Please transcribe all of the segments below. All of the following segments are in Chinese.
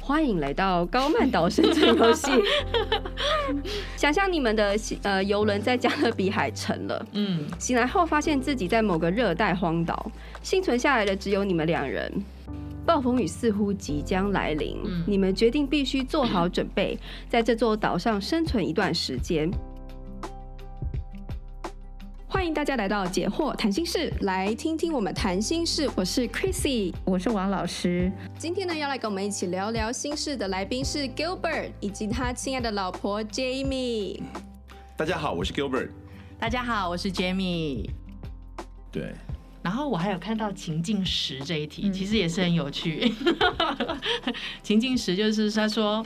欢迎来到高曼岛生存游戏。 想象你们的呃游轮在加勒比海沉了，嗯，醒来后发现自己在某个热带荒岛，幸存下来的只有你们两人。暴风雨似乎即将来临，嗯你们决定必须做好准备，在这座岛上生存一段时间。欢迎大家来到解惑谈心室，来听听我们谈心事。我是 Chrissy，我是王老 师。今天呢，要来跟我们一起聊聊心事的来宾是 Gilbert 以及他亲爱的老婆 Jamie。大家好，我是 Gilbert。大家好，我是 Jamie。对，然后我还有看到情境十这一题，其实也是很有趣。 情境十就是他说，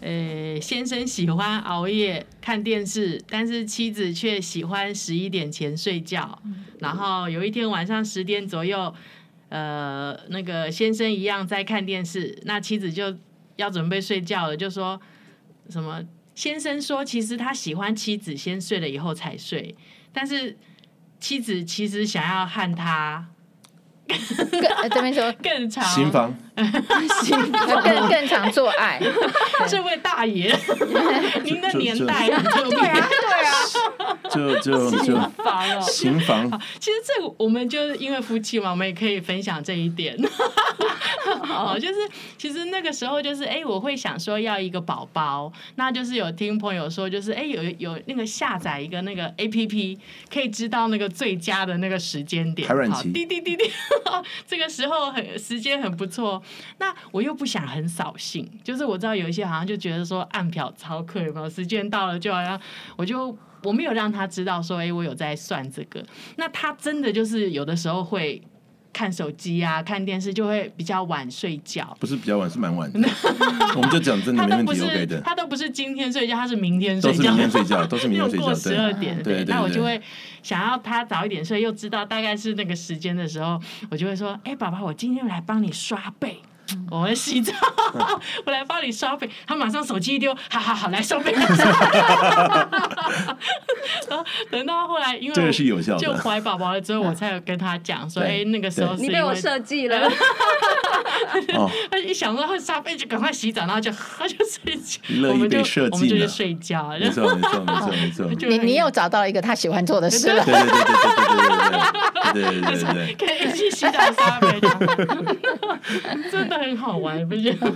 呃，先生喜欢熬夜看电视，但是妻子却喜欢十一点前睡觉。然后有一天晚上十点左右，呃，那个先生一样在看电视，那妻子就要准备睡觉了，就说什么？先生说，其实他喜欢妻子先睡了以后才睡，但是妻子其实想要和他更呃这边说更长，新房呃 更更常做爱，这位大 爷，您的这年这代很特别。啊就就就房哦，新房，其实这个我们就是因为夫妻嘛，我们也可以分享这一点。 哦，就是其实那个时候就是哎、我会想说要一个宝宝，那就是有听朋友说，就是哎、有有那个下载一个那个 A P P，可以知道那个最佳的那个时间点。排卵好期滴滴滴 滴，这个时候很时间很不错。那我又不想很扫兴，就是我知道有一些好像就觉得说按表操课，有没有时间到了就好像我就。我没有让他知道说，哎、我有在算这个。那他真的就是有的时候会看手机啊，看电视，就会比较晚睡觉。不是比较晚，是蛮晚的。我们就讲真的，他没都问不题，OK 是的，他都不是今天睡觉，他是明天都睡是觉明，天睡觉，都是明又天睡过觉，十对二点，对对对那我就会想要他早一点睡，又知道大概是那个时间的时候，我就会说：“哎、爸爸，我今天来帮你刷背。”嗯我会洗 澡，我来帮你刷背。他马上手机一丢，好好好，来刷背。 然后等到后来，因为这我个是有效就的。怀宝宝了之后，我才有跟他讲说，哎、对那个时候对是你因被我为设计了，哦，他一想到他沙贝就赶快洗澡，然后就 他就睡觉，乐我意们被就设我们计就呢去，睡觉，没然后错没错没错没错，对就你很你有找到一个他喜欢做的事了，对对对对对对对对对对对对，可以一起洗澡沙贝的， 真的很好玩，不是？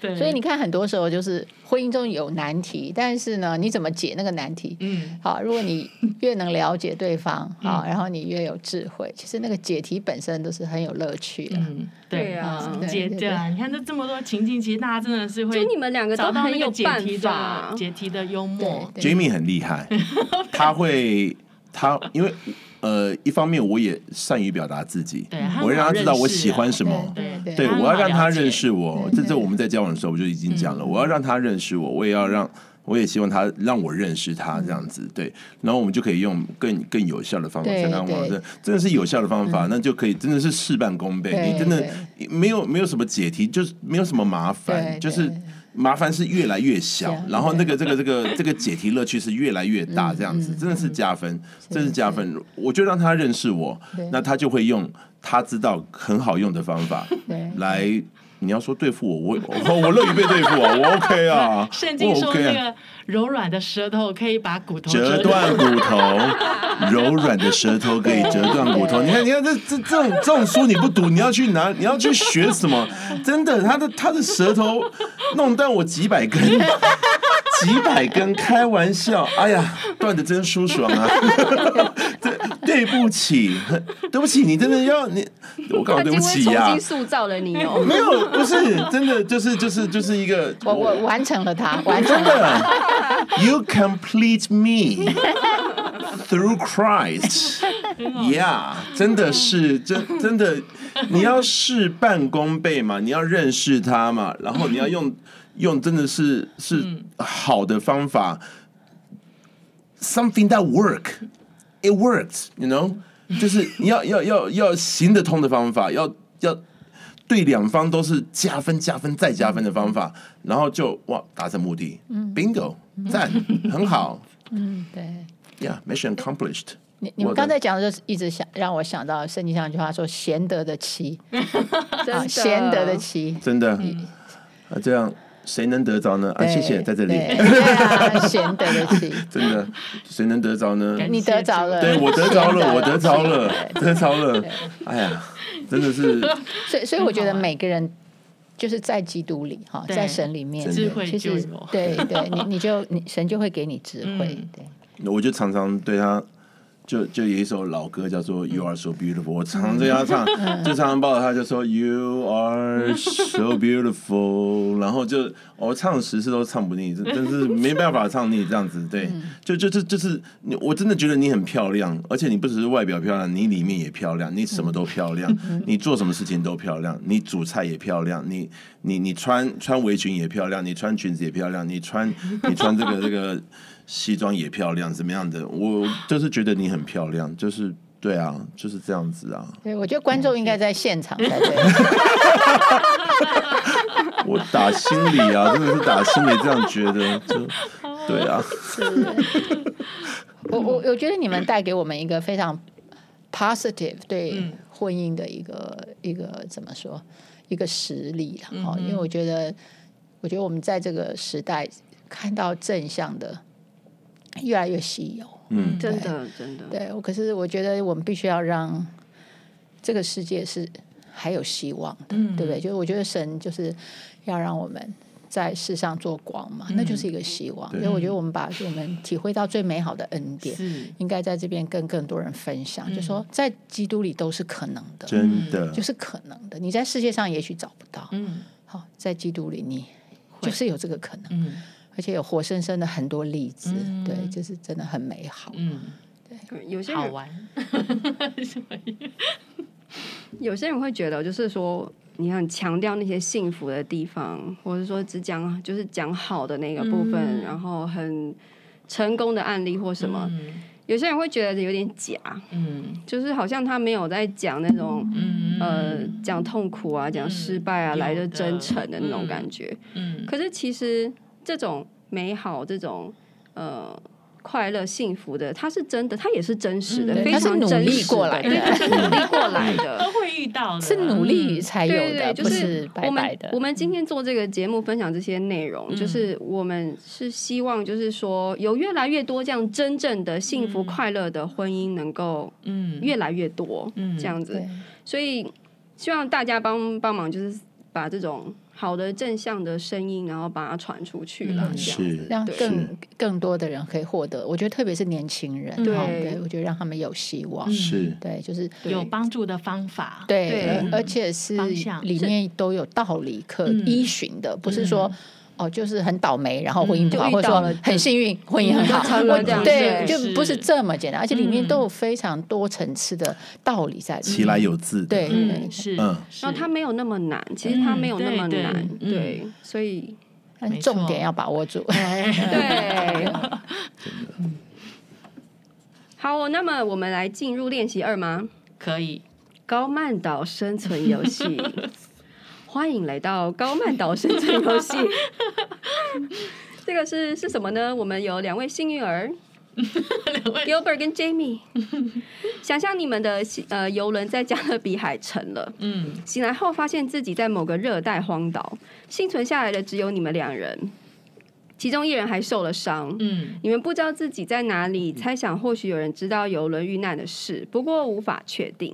对，所以你看很多时候就是婚姻中有难题，但是呢，你怎么解那个难题？嗯好，如 果你越能了解对方，好，然后你越有智慧，其实那个解题本身都是很有乐趣的。嗯对对啊嗯对姐对对啊，你看这这么多情境，其实大家真的是 就会你们两个找都到很那有个解办题法的。解题的幽对默，对 Jamie 很厉害，他会他因为呃，一方面我也善于表达自己，对，他我会让他知道我喜欢什么，对对对，他很我要好让他了解认识我。对这对嗯这我们在交往的时候我就已经讲了，我要让他认识我，我也要让，我也希望他让我认识他这样子。对，然后我们就可以用更更有效的方嗯法，对像刚刚王老对嗯师真的是有效的方法，那就可以真的是事半功倍。对你真的没有没有什么解题，就是没有什么麻烦，对就是对。麻烦是越来越小是啊，然后那个这个这个这个解题乐趣是越来越嗯大，这样子真的是加分，真是加分。我就让他认识我对，那他就会用他知道很好用的方 法，对来，你要说对付我，我我我乐于被对付 啊，我 OK 啊，圣我经说 OK 那啊，个柔软的舌头可以把骨头折断。断 骨头，柔软的舌头可以折断骨头。你看，你看这这这种这种书你不读，你要去拿，你要去学 什么？真的，他的他的舌头弄断我几百根。 几百根，开玩笑！哎呀，断的真舒爽啊！ 对对不起，对不起，你真的要你，我告诉他你今天对不起重呀、新塑造了你哦，没有，不是真的，就是就是就是一个我我完成 了它，完成真的，You complete me through Christ。Yeah，真的是真真的，你要事半功倍嘛，你要认识他嘛，然后你要用用真的是是好的方法，something that work。it works, you know，就是你要要要要行得通的方法，要要对两方都是加分、加分再加分的方法，然后就哇达成目的，bingo，赞，很好嗯嗯，对。 ，yeah，mission accomplished。你你们我的刚才讲的，就是一直想让我想到圣经上一句话说：“贤德的妻， 真啊的贤德的妻。真的，啊，这样谁能得着呢？”啊，嗯对谢谢，在这里，对对啊，贤德的 妻，真的，谁能得着呢？感你得着了，对我得着贤德了，的我得着了妻，得着了，哎呀，真的是对所以所以我觉得每个人就是在基督里哈，欸对在神里面，真的智慧其就实有。对对，你你就你神就会给你智慧，嗯对。我就常常对他，就就有一首老歌叫做《You Are So Beautiful》，我常常对他唱， 就常常抱着他就说 You Are So Beautiful，然 后就我唱十次都唱不腻，真真是没办法唱腻这样子。对，就就就就是你，我真的觉得你很漂亮，而且你不只是外表漂亮，你里面也漂亮，你什么都漂亮， 你做什么事情都漂亮，你煮菜也漂亮，你你你穿穿围裙也漂亮，你穿裙子也漂亮，你穿你穿这个这个。西装也漂亮，怎么样的？我就是觉得你很漂亮，就是对啊，就是这样子啊。对，我觉得观众应该在现场才对。我打心里啊， 真的是打心里这样觉得，就对啊，嗯 我我我觉得你们带给我们一个非常 positive 对嗯婚姻的一个一个怎么说一个实力啦。哦，嗯哼因为我觉得，我觉得我们在这个时代看到正向的越来越稀有。嗯，真的真的，对，我可是我觉得我们必须要让这个世界是还有希望的，嗯对不对？就是我觉得神就是要让我们在世上做光嘛，那就是一嗯个希望。对所以我觉得我们把我们体会到最美好的恩典，是，嗯应该在这边跟更多人分享，就说在基督里都是可能的，真的就，是可能的。你在世界上也许找不到，嗯好，在基督里你就是有这个可能，嗯而且有活生生的很多例子，对，就是真的很美好。嗯，对有些好人玩，有些人会觉得，就是说你很强调那些幸福的地方，或者说只讲就是讲好的那个部分，嗯然后很成功的案例或什么，嗯有些人会觉得有点假，嗯就是好像他没有在讲那种。嗯呃，讲痛苦啊，讲失败啊，嗯来有的的真诚的那种嗯感觉。嗯可是其实这种美好，这种呃快乐、幸福的，它是真的，它也是真实的，嗯对非它是常努真力实过的来的对，它是努力过来的 都。会遇到的，是努力嗯才有对的，对对，就不是白我们白的。我们今天做这个节目，分享这些内容，嗯就是我们是希望，就是说有越来越多这样真正的幸福、嗯快乐的婚姻能够嗯越来越多，嗯这样子。对所以希望大家帮帮忙，就是把这种好的正向的声音，然后把它传出去啦。这嗯样是子让对更更多的人可以获得，我觉得特别是年轻人，对哈对，我觉得让他们有希望，嗯是，对，就是对有帮助的方法，对，对而而且是方向里面都有道理可嗯依循的，不是说。哦，就是很倒霉，然后婚姻不好，嗯就或遇者到说了很幸运，婚姻很就好，成了我这样嗯对，对就是不是这么简单，而且里面都有非常多层次的道理在里其面。来有自的，对嗯是，嗯是然后它没有那么难，其实它没有那么嗯对难，对嗯对，所以但是没错重点要把握住。哎嗯 对。嗯好哦，那么我们来进入练习二吗？可以，高曼岛生存游戏，欢迎来到高曼岛生存游戏。这个是是什么呢？我们有两位幸运儿，Gilbert 跟 Jamie。想象你们的呃游轮在加勒比海沉了，嗯醒来后发现自己在某个热带荒岛，幸存下来的只有你们两人，其中一人还受了伤。嗯你们不知道自己在哪里，猜想或许有人知道游轮遇难的事，不过无法确定。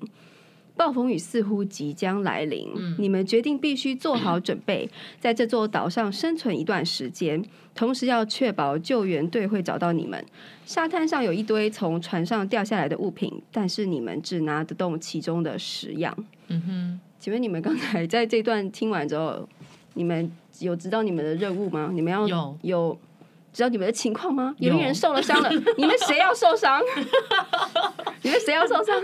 暴风雨似乎即将来临，嗯你们决定必须做好准备，在这座岛上生存一段时间，同时要确保救援队会找到你们。沙滩上有一堆从船上掉下来的物品，但是你们只拿得动其中的十样。嗯哼，请问你们刚才在这段听完之后，你们有知道你们的任务吗？你们要有有知道你们的情况吗？有有一人受了伤 了，你们谁要受伤？你们谁要受伤？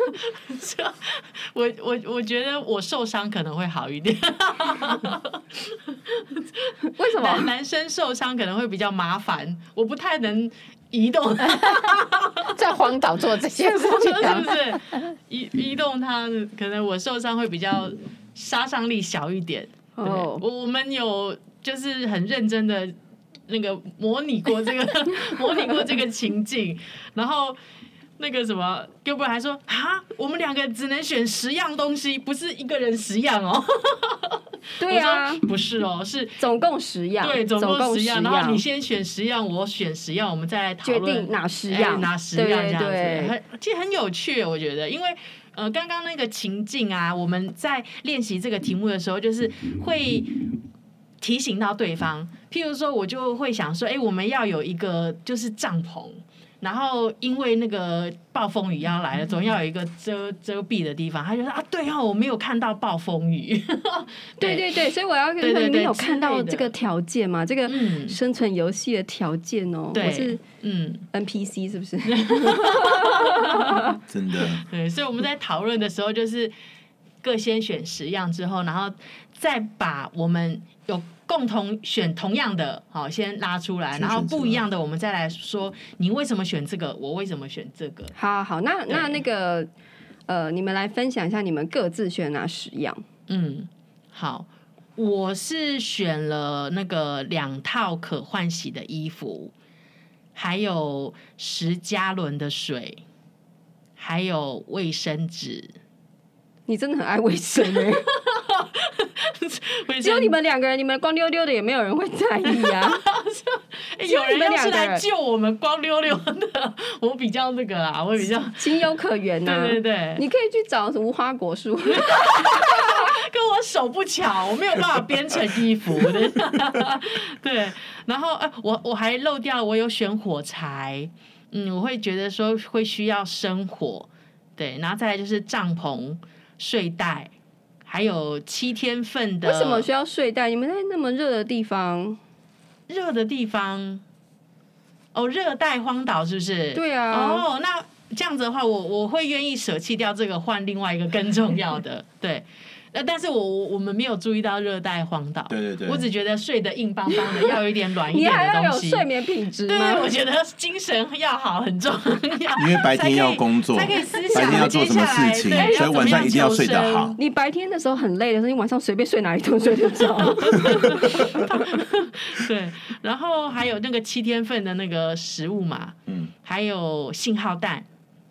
我我我觉得我受伤可能会好一点，为什男么？男生受伤可能会比较麻烦，我不太能移动 他，在荒岛做这件事情，啊 是不是？移移动他，可能我受伤会比较杀伤力小一点。对哦，我我们有就是很认真的 那个模拟过这个模拟过这个情境，然后那个什么 Gilbert 还说啊，我们两个只能选十样东西，不是一个人十样哦。对啊我，说不是哦，是总共十样，对，总总共十十样，然后你先选十样，我选十样，我们再来讨决论定哪十样，哎哪十对样这样子，对很其实很有趣，我觉得，因为呃，刚刚那个情境啊，我们在练习这个题目的时候，就是会提醒到对方。譬如说，我就会想说，哎、我们要有一个就是帐篷。然后因为那个暴风雨要来了，总要有一个遮遮蔽的地方。他就说啊，对哦，我没有看到暴风雨。 对对对，所以我要跟你哎对对说，对你有之看类到的这个条件吗？这个嗯生存游戏的条件哦，对我是嗯， NPC 是不是？真的，对，所以我们在讨论的时候，就是各先选十样之后，然后再把我们有共同选同样的，好、先拉出来，先然后选出来不一样的，我们再来说你为什么选这个，我为什么选这个。 好好，那那对那个呃，你们来分享一下你们各自选哪十样？嗯，好，我是选了那个两套可换洗的衣服，还有十加仑的水，还有卫生纸。你真的很爱卫生哎、卫只生有你们两个人，你们光溜溜的，也没有人会在意 啊。哎只有 有人你们要两是个来人救我们，光溜溜的，我比较 那个啦，我比较情有可原呐、对对对你可以去找无花果树，跟我手不巧，我没有办法编成衣服 的。对，然后哎、呃我我还漏掉了，我有选火柴，嗯，我会觉得说会需要生火，对，然后再来就是帐篷、睡袋，还有七天份的。为什么需要睡袋？你们在那么热的地方，热的地方？哦，热带荒岛是不是？对啊哦，那这样子的话，我我会愿意舍弃掉这个，换另外一个更重要 的。对，那但是我我我们没有注意到热带荒岛。对对对我只觉得睡得硬邦邦的，要有一点软一你点还的要东有西。睡眠品质对，吗？我觉得精神要好很重要，因为白天要工作才可以才可以思想白天要做什么事情接下来对，所以晚上一定要睡得要好。你白天的时候很累的时候，你晚上随便睡哪里都睡得 着。对，然后还有那个七天份的那个食物嘛，嗯，还有信号弹，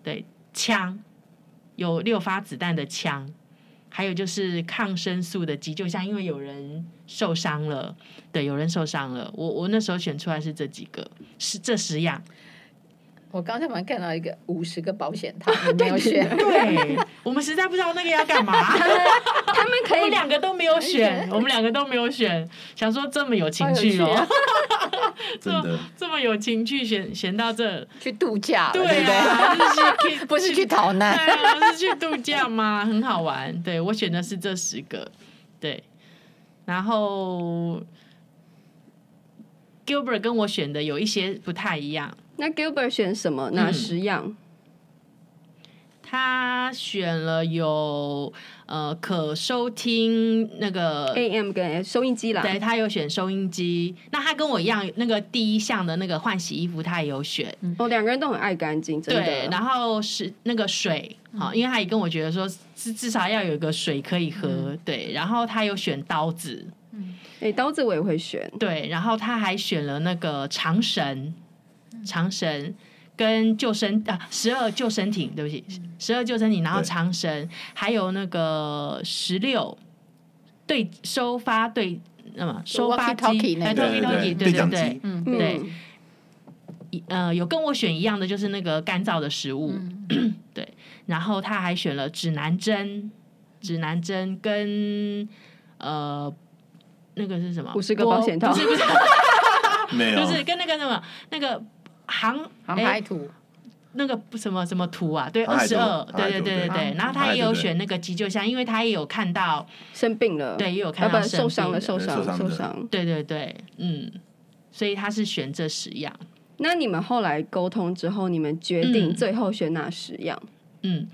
对，枪，有六发子弹的枪，还有就是抗生素的急救箱，因为有人受伤了，对，有人受伤了，我我那时候选出来是这几个，是这十样，我刚才好像看到一个五十个保险套，你没有选。啊对 我们实在不知道那个要干嘛。他们可我们以两个都没有选，我们两个都没有选，想说这么有情趣好有趣哦啊，真的，这么有情趣选选到这，去度假了，对不对？啊，就是去不是去逃对难，啊，我是去度假吗？ 很好玩。对我选的是这十个，对。然后 Gilbert 跟我选的有一些不太一样， 那 Gilbert 选什么？哪嗯十样？他选了有呃可收听那个 AM 跟收音机啦，嗯对他有选收音机，那他跟我一样，那个第一项的那个换洗衣服他也有选，哦，两个人都很爱干净，真对，的。嗯然后是那个水，好、因为他也跟我觉得说至至少要有一个水可以喝，嗯对，然后他有选刀子，哎，刀子我也会选，对，然后他还选了那个长绳，嗯长绳。跟救生啊，十二救生艇，对不起，嗯十二救生艇，然后对长绳，还有那个十六对收发对，那么收发机 Walkie-talkie 那哎个，talkie 对 talkie，对对对讲对机，，嗯，嗯对一呃，有跟我选一样的，就是那个干燥的食物，嗯对。然后他还选了指南针，指南针跟呃那个是什么？ 50个波保险套不是不是，没有不，是跟那个什么那个航航哎拍图，那个不什么什么图啊？对，航二海图十二，航对海对图对对对对。然后航他海也图有对选那个急救箱，因为他也有看到，生病了，对，也有啊，看不到然受伤了，生病受的伤受了，伤的受伤。对对对，嗯。所以他是选这十样。那你们后来沟通之后，你们决嗯定最后选哪十样？嗯，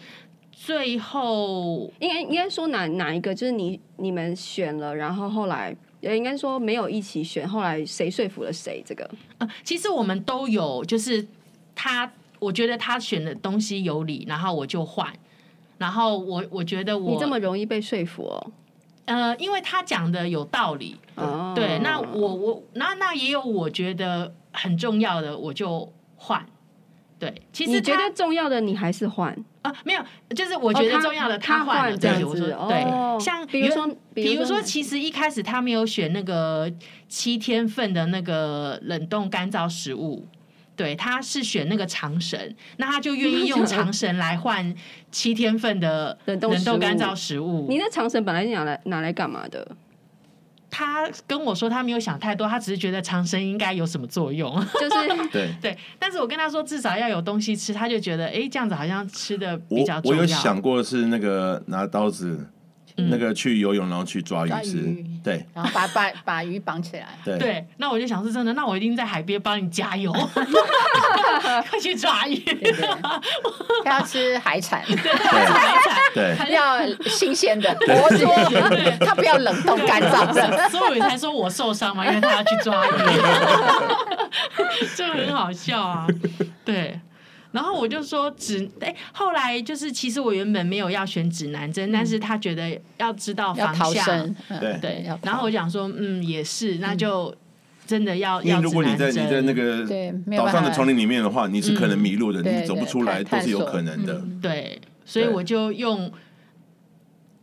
最后应该应该说哪哪一个？就是你你们选了，然后后来也应该说没有一起选，后来谁说服了谁？这个呃，其实我们都有，就是他，我觉得他选的东西有理，然后我就换。然后我我觉得我你这么容易被说服哦。呃，因为他讲的有道理，哦，对，那我我那那也有我觉得很重要的，我就换。对，其实你觉他得重要的你还是换，哦啊，没有，就是我觉得重要的他换了，这样对，我说子，哦对，像比如原说，比如说，哪其实一开始他没有选那个七天份的那个冷冻干燥食物，对，他是选那个长绳，那他就愿意用长绳来换七天份的 冷冻冷食物冻干燥食物。你那长绳本来是拿来拿来干嘛 的？他跟我说他没有想太多，他只是觉得长绳应该有什么作用，就是对。对。但是我跟他说至少要有东西吃，他就觉得诶，这样子好像吃的比我较重我要。有想欸过是那个拿刀子，那个去游泳然后去抓抓鱼吃鱼，，对然后把把把鱼绑起来。对对，那我就想是真的，那我一定在海边帮你加 油，快去抓鱼，对 不对？要吃海产，对要新鲜的、活捉，它 不要冷冻干燥的。所以我才说我受伤嘛，因为他要去抓鱼， 就很好笑啊。对，然后我就说指，哎、后来就是其实我原本没有要选指南针，但是他觉得要知道 嗯要方逃向生，，嗯对对要，逃然后我想说，嗯，也是，那就真的要、因要为如果你指在南你针在那个对没有岛上办的法丛林里面的话，你是可能迷路的，对你走不对出来都探是有索可能的。嗯对，所以对我就用，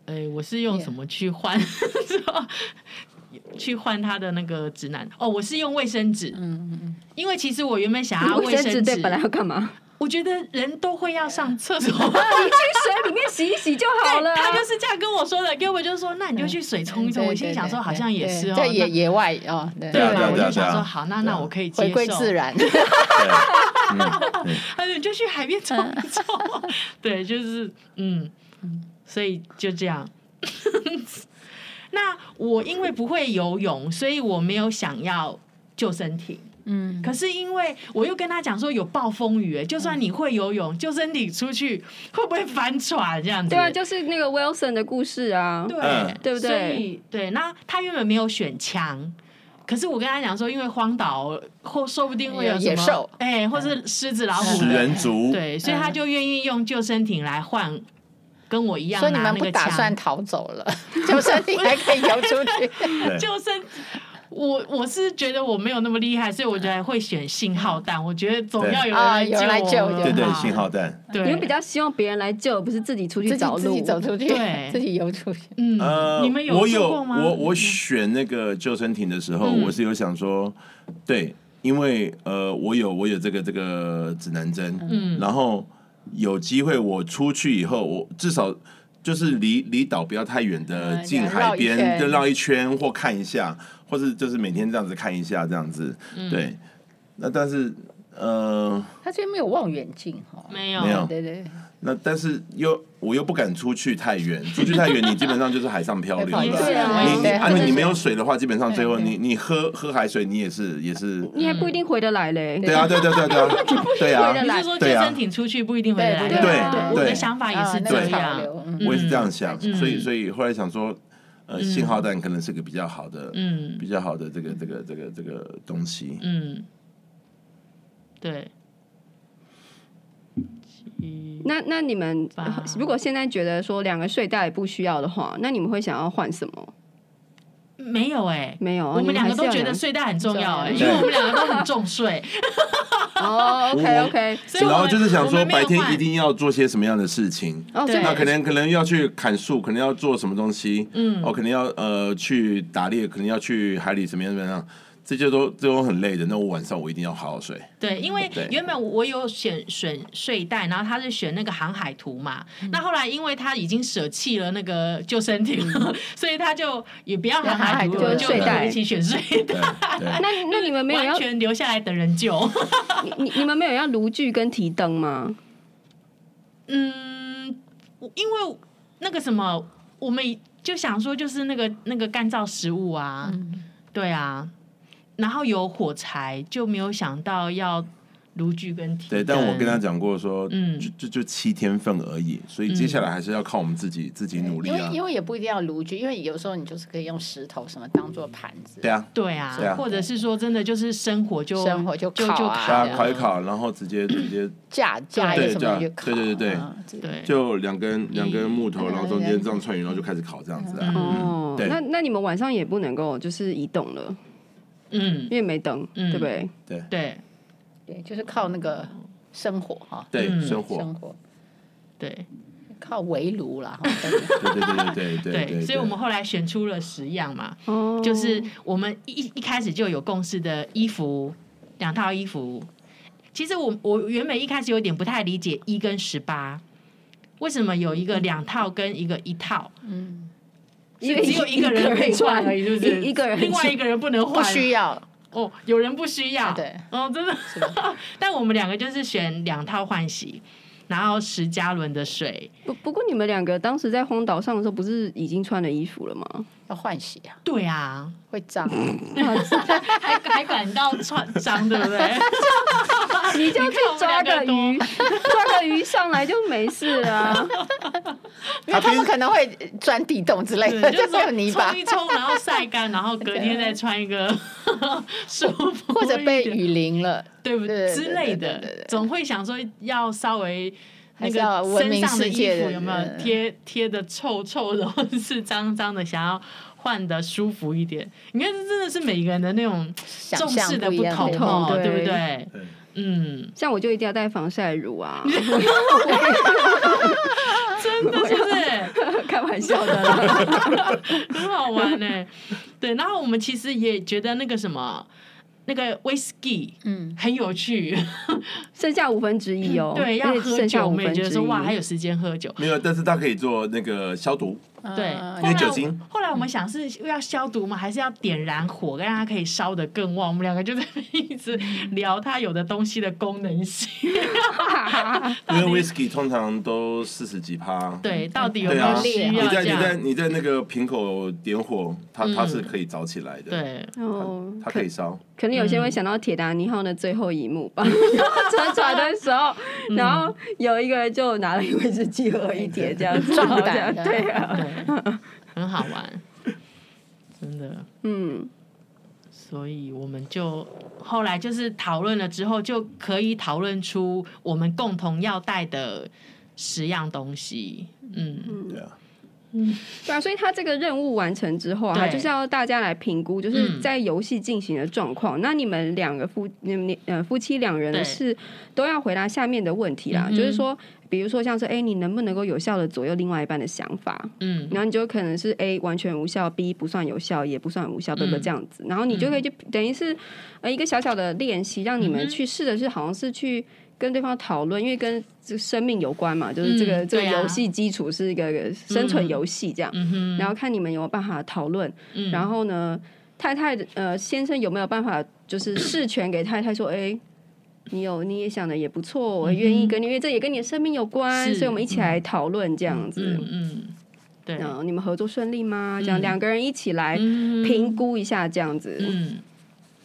哎、我是用什么去换？是吧去换他的那个指南哦，我是用卫生纸，嗯嗯嗯，因为其实我原本想要卫卫生纸生对纸，本来要干嘛？ 我觉得人都会要上厕所，你去水里面洗一洗就好了啊。他就是这样跟我说的，给我就说那你就去水冲一冲，对我心里想说好像也是哦，在野那野外哦，对对啊吧？我对啊就想对说啊好，那对啊那我可以接回受，归自然，对，嗯对他说你就去海边走嗯一走，啊 对，就是嗯，所以就这样。 那我因为不会游泳，所以我没有想要救生艇。嗯，可是因为我又跟他讲说有暴风雨，哎就算你会游泳，救生艇出去会不会翻船这样子？嗯对啊，就是那个 Wilson 的故事啊。对、嗯对不对所以对，那他原本没有选枪，可是我跟他讲说，因为荒岛或说不定会有什么野兽哎、或是狮子、老虎食嗯的人族，对，嗯所以他就愿意用救生艇来换跟我一样所以你拿们那不个打枪。算逃走了， 救生艇还可以游出去。对救生，我我是觉得我没有那么厉害，所以我觉得会选信号弹。我觉得总对要有啊人有人来救我们对对，嘛信号弹，对，你们比较希望别人来救，不是自己出去自找己路。自己走出去对， 自己游出去。嗯，呃，你们有做我有过吗？我我选那个救生艇的时候，嗯我是有想说，对，因为呃，我有我有这个这个指南针，嗯然后有机会我出去以后，我至少。就是离离岛不要太远的，嗯近绕海一边圈就绕一圈或看一下，或是就是每天这样子看一下这样子，嗯对。那但是呃，他这边没有望远镜哈，没有没有对对，那但是又我又不敢出去太远，出去太远你基本上就是海上漂 流了，也是啊你你对啊或者你是你没有水的话，基本上最后对对你你喝喝海水，你也是也是，你还不一定回得来嗯嘞。对啊对对对 对啊对回啊得你来，是说救对啊生艇出去不一定回得来？对对不对我的对想法也是啊那这个对样潮。流嗯我也是这样想，嗯所以所以后来想说，呃，信号弹可能是个比较好的，嗯比较好的这个这个这个这个东西，嗯，对，七那那你们吧如果现在觉得说两个睡袋也不需要的话，那你们会想要换什么？没有哎、没有，欸啊我们两个都觉得是睡袋很重要哎、重因要为我们两个都很重睡， 哦，OK 我 OK，所以我然们后就是想我说们没有白天换一定要做些什么样的事情。哦，对对，那可能可能要去砍树，可能要做什么东西，嗯哦，可能要呃去打猎，可能要去海里怎么样怎么样，这些都这都很累的。那我晚上我一定要好好睡。对，因为对原本我有选选睡袋，然后他是选那个航海图嘛，那后来因为他已经舍弃了那个救生艇了， 所以他就也不要航海图不了，要航海就图跟就我睡一起选睡袋，对对，那那你们没有完要全留下来等人救。 你你你们没有要炉具跟提灯吗？嗯，我因为那个什么，我们就想说，就是那个那个干燥食物啊，对啊，然后有火柴，就没有想到要炉具跟提对，灯。但我跟他讲过说，嗯就就就七天份而已，所以接下来还是要靠我们自己自己努力因为啊。因为也不一定要炉具，因为有时候你就是可以用石头什么当做盘子。对啊，对啊，对啊或者是说真的就是生活就生火就就烤就啊大对家啊烤一烤，然后直接直接架架一对个什么架就烤，对对对对嗯这对，就两根两根木头，嗯然后中间这样串匀，然后就开始烤这样子啊。嗯哦，对那那你们晚上也不能够就是移动了，嗯因为没灯，嗯对不对？对，对，就是靠那个生活哈，对嗯生活，生活对靠围炉啦， 哈真的对对对 对对对所以我们后来选出了十样嘛，哦就是我们一一开始就有共识的衣服，两套衣服。其实我我原本一开始有点不太理解一跟十八，为什么有一个两套跟一个一套，嗯，因为只有一个人可以换而已，是不是？一一个人另外一个人 不能换，不需要，哦，有人不需要，对，哦，真的。 是吧？但我们两个就是选两套换洗，然后十加仑的水，不不过你们两个当时在荒岛上的时候，不是已经穿了衣服了吗？要换洗啊，对啊，会脏，还还感到 穿脏，对不对？你就去抓啊你看个我们两鱼， 抓个鱼上来就没事了 啊。因为他们可能会钻地洞之类对，的，嗯就就是会有哎泥说巴冲一冲，然后晒干，然后隔天再穿一个 舒服，或者被，雨淋了，对不对对对之类对对对的对，总会想说要稍微。那还是要个文身明上的世衣界服的有没有人贴贴的臭臭的，或者是脏脏的，想要换的舒服一点？你看，这真的是每个人的那种想重象视的不一样同对不哦，同对不对对？对嗯，像我就一定要带防晒乳啊， 真的就是开玩笑的啦。 很好玩呢、对，然后我们其实也觉得那个什么，那个 whisky 嗯，很有趣，剩下五分之一哦， 对，要而且喝剩下酒，我五们也分之觉一。得说 哇，还有时间喝酒。没有，但是它可以做那个消毒，对，嗯后因为来酒我精后来我们想是要消毒吗？还是要点燃火，让它可以烧得更旺？我们两个就在那边一直聊它有的东西的功能性，因为 whisky 通常都四十几趴。对，到底有没对有啊，需你要这在你在样？你在那个瓶口点火，它它嗯是可以着起来的。。对，哦，它可以烧，可能有些人会想到《铁达尼号》的最后一幕嗯吧，沉 船的时候，然后有一个人就拿了一威士忌喝一点，这样子，壮好胆像对啊，对，很好玩，真的。嗯，所以我们就后来就是讨论了之后，就可以讨论出我们共同要带的十样东西。嗯，对啊，对啊，所以他这个任务完成之后啊，对他就是要大家来评估，就是嗯在游戏进行的状况。那你们两个夫你们呃夫妻两人对呢是都要回答下面的问题啦，嗯哼就是说，比如说像是哎，你能不能够有效的左右另外一半的想法？嗯，然后你就可能是 A 完全无效，B 不算有效，也不算无效，对不对？嗯这样子，然后你就可以就等于是呃一个小小的练习，让你嗯们哼去试的是好像是去跟对方讨论，因为跟这生命有关嘛，就是这个、嗯这个对啊游戏基础是一个生存游戏这样，嗯哼，然后看你们有没有办法讨论，嗯然后呢，太太呃先生有没有办法就是事权给太太说，哎。你有，你也想的也不错，我愿意跟你，因为这也跟你的生命有关，嗯是所以我们一起来讨论这样子。嗯嗯，对，嗯，你们合作顺利吗？这样嗯两个人一起来嗯评估一下，这样子。嗯，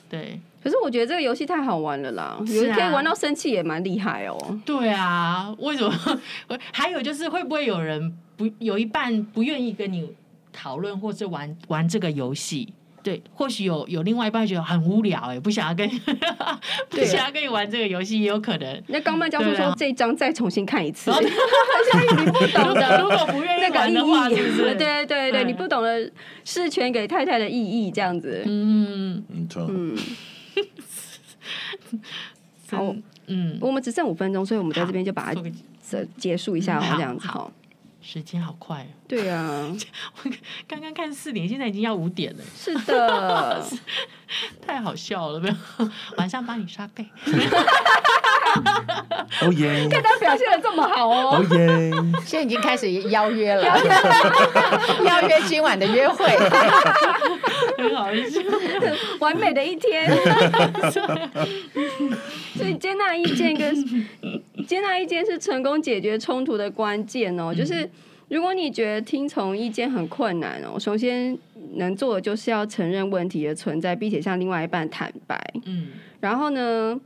对可是我觉得这个游戏太好玩了啦，是啊有人可以玩到生气也蛮厉害哦。对啊，为什么？ 还有就是会不会有人不有一半不愿意跟你讨论或是玩玩这个游戏？对，或许有有另外一半觉得很无聊、哎，不想要跟 不对想要跟你玩这个游戏，也有可能。那刚曼教授对说啊这一章再重新看一 次，哦你不懂如果如的果不愿那意个玩的话，意义，是不是？ 对对对对，嗯你不懂得事权给太太的意义，这样子。嗯，嗯，错，嗯，好，嗯，我们只剩五分钟，所以我们在这边就把做它个这结束一下哦，好这样子好好。时间好快哦，对 啊，刚刚看四点，现在已经要五点了，是 的，太好笑了，没有？ 晚上帮你刷背，哦耶，他表现的这么好哦。哦耶，现在已经开始邀约了，邀约今晚的约会，很好笑。 完美的一天。所以接纳意见跟接纳意见是成功解决冲突的关键哦。就是如果你觉得听从意见很困难哦，首先能做的就是要承认问题的存在，并且向另外一半坦白。嗯然后呢，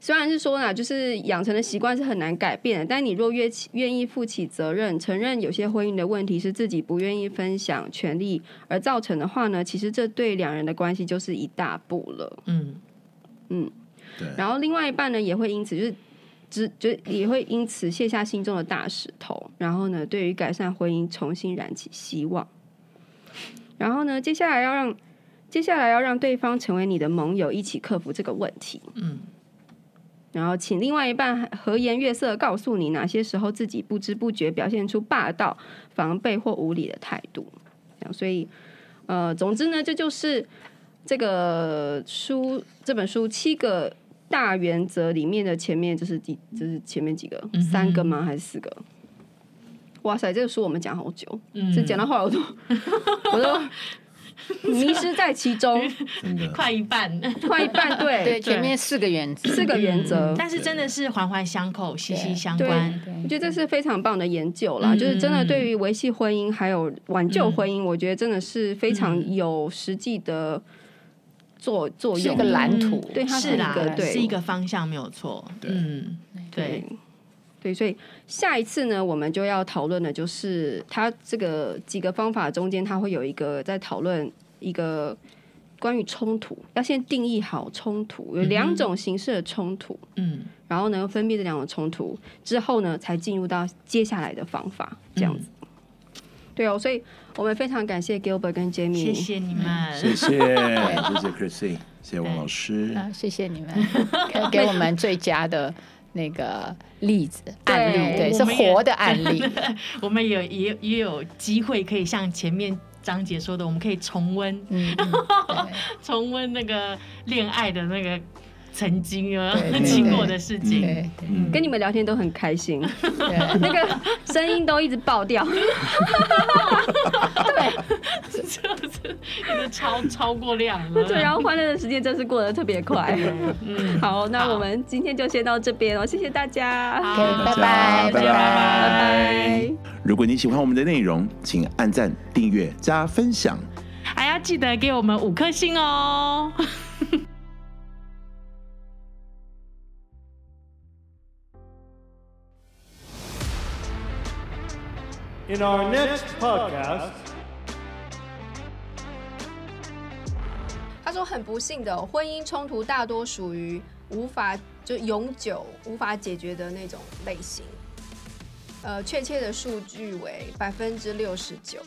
虽然是说呢，就是养成的习惯是很难改变的，但你若愿起愿意负起责任，承认有些婚姻的问题是自己不愿意分享权利而造成的话呢，其实这对两人的关系就是一大步了。嗯对，然后另外一半呢，也会因此就是。只就也会因此卸下心中的大石头，然后呢，对于改善婚姻重新燃起希望。然后呢，接下来要让接下来要让对方成为你的盟友，一起克服这个问题。嗯然后请另外一半和颜悦色地告诉你哪些时候自己不知不觉表现出霸道、防备或无理的态度。这样所以，呃，总之呢，这就是这个书这本书七个大原则里面的前面就是第就是前面几个、嗯哼三个吗？还是四个？哇塞，这个书我们讲好久，嗯这讲到后来我都 我都迷失在其 中，真的。快一半，快一半对对，前面四个原则，四个原则。嗯但是真的是环环相扣，息息相对关。对我觉得这是非常棒的研究啦，嗯就是真的嗯对于维系婚姻还有挽救婚姻，我觉得真的是非嗯常有实际的作作是一用嗯个。蓝图，对它嗯是啦是一个，对是一个方向，没有错。对嗯，对，对，所以下一次呢，我们就要讨论的就是它这个几个方法中间，它会有一个在讨论一个关于冲突，要先定义好冲突，有两种形式的冲突。嗯，然后呢，分辨这两种冲突之后呢，才进入到接下来的方法，这样子。嗯对哦，所以我们非常感谢 Gilbert 跟 Jamie，谢谢你谢们，谢，谢谢 Christine，谢谢王老师。啊，谢谢你们给给我们最佳的那个例子案例，对对，我是们也活的案例，我们有也也有机会可以像前面张姐说的，我们可以重温嗯，嗯重温那个恋爱的那个曾经啊 对对经过的事情。对嗯，跟你们聊天都很开 心，对对那个声音都一直爆掉。就是一直超超过量 了。对，然后欢乐的时间真是过得特别快。 嗯，好，那好我们今天就先到这边哦，谢谢大家，好，OK，大拜拜，家拜拜拜。如果你喜欢我们的内容，请按赞、订阅、加分享。还要记得给我们五颗星哦。 In our next podcast, 他说很不幸的哦、婚姻冲突大多属于无法就永久无法解决的那种类型。呃，确切的数据为百分之六十九。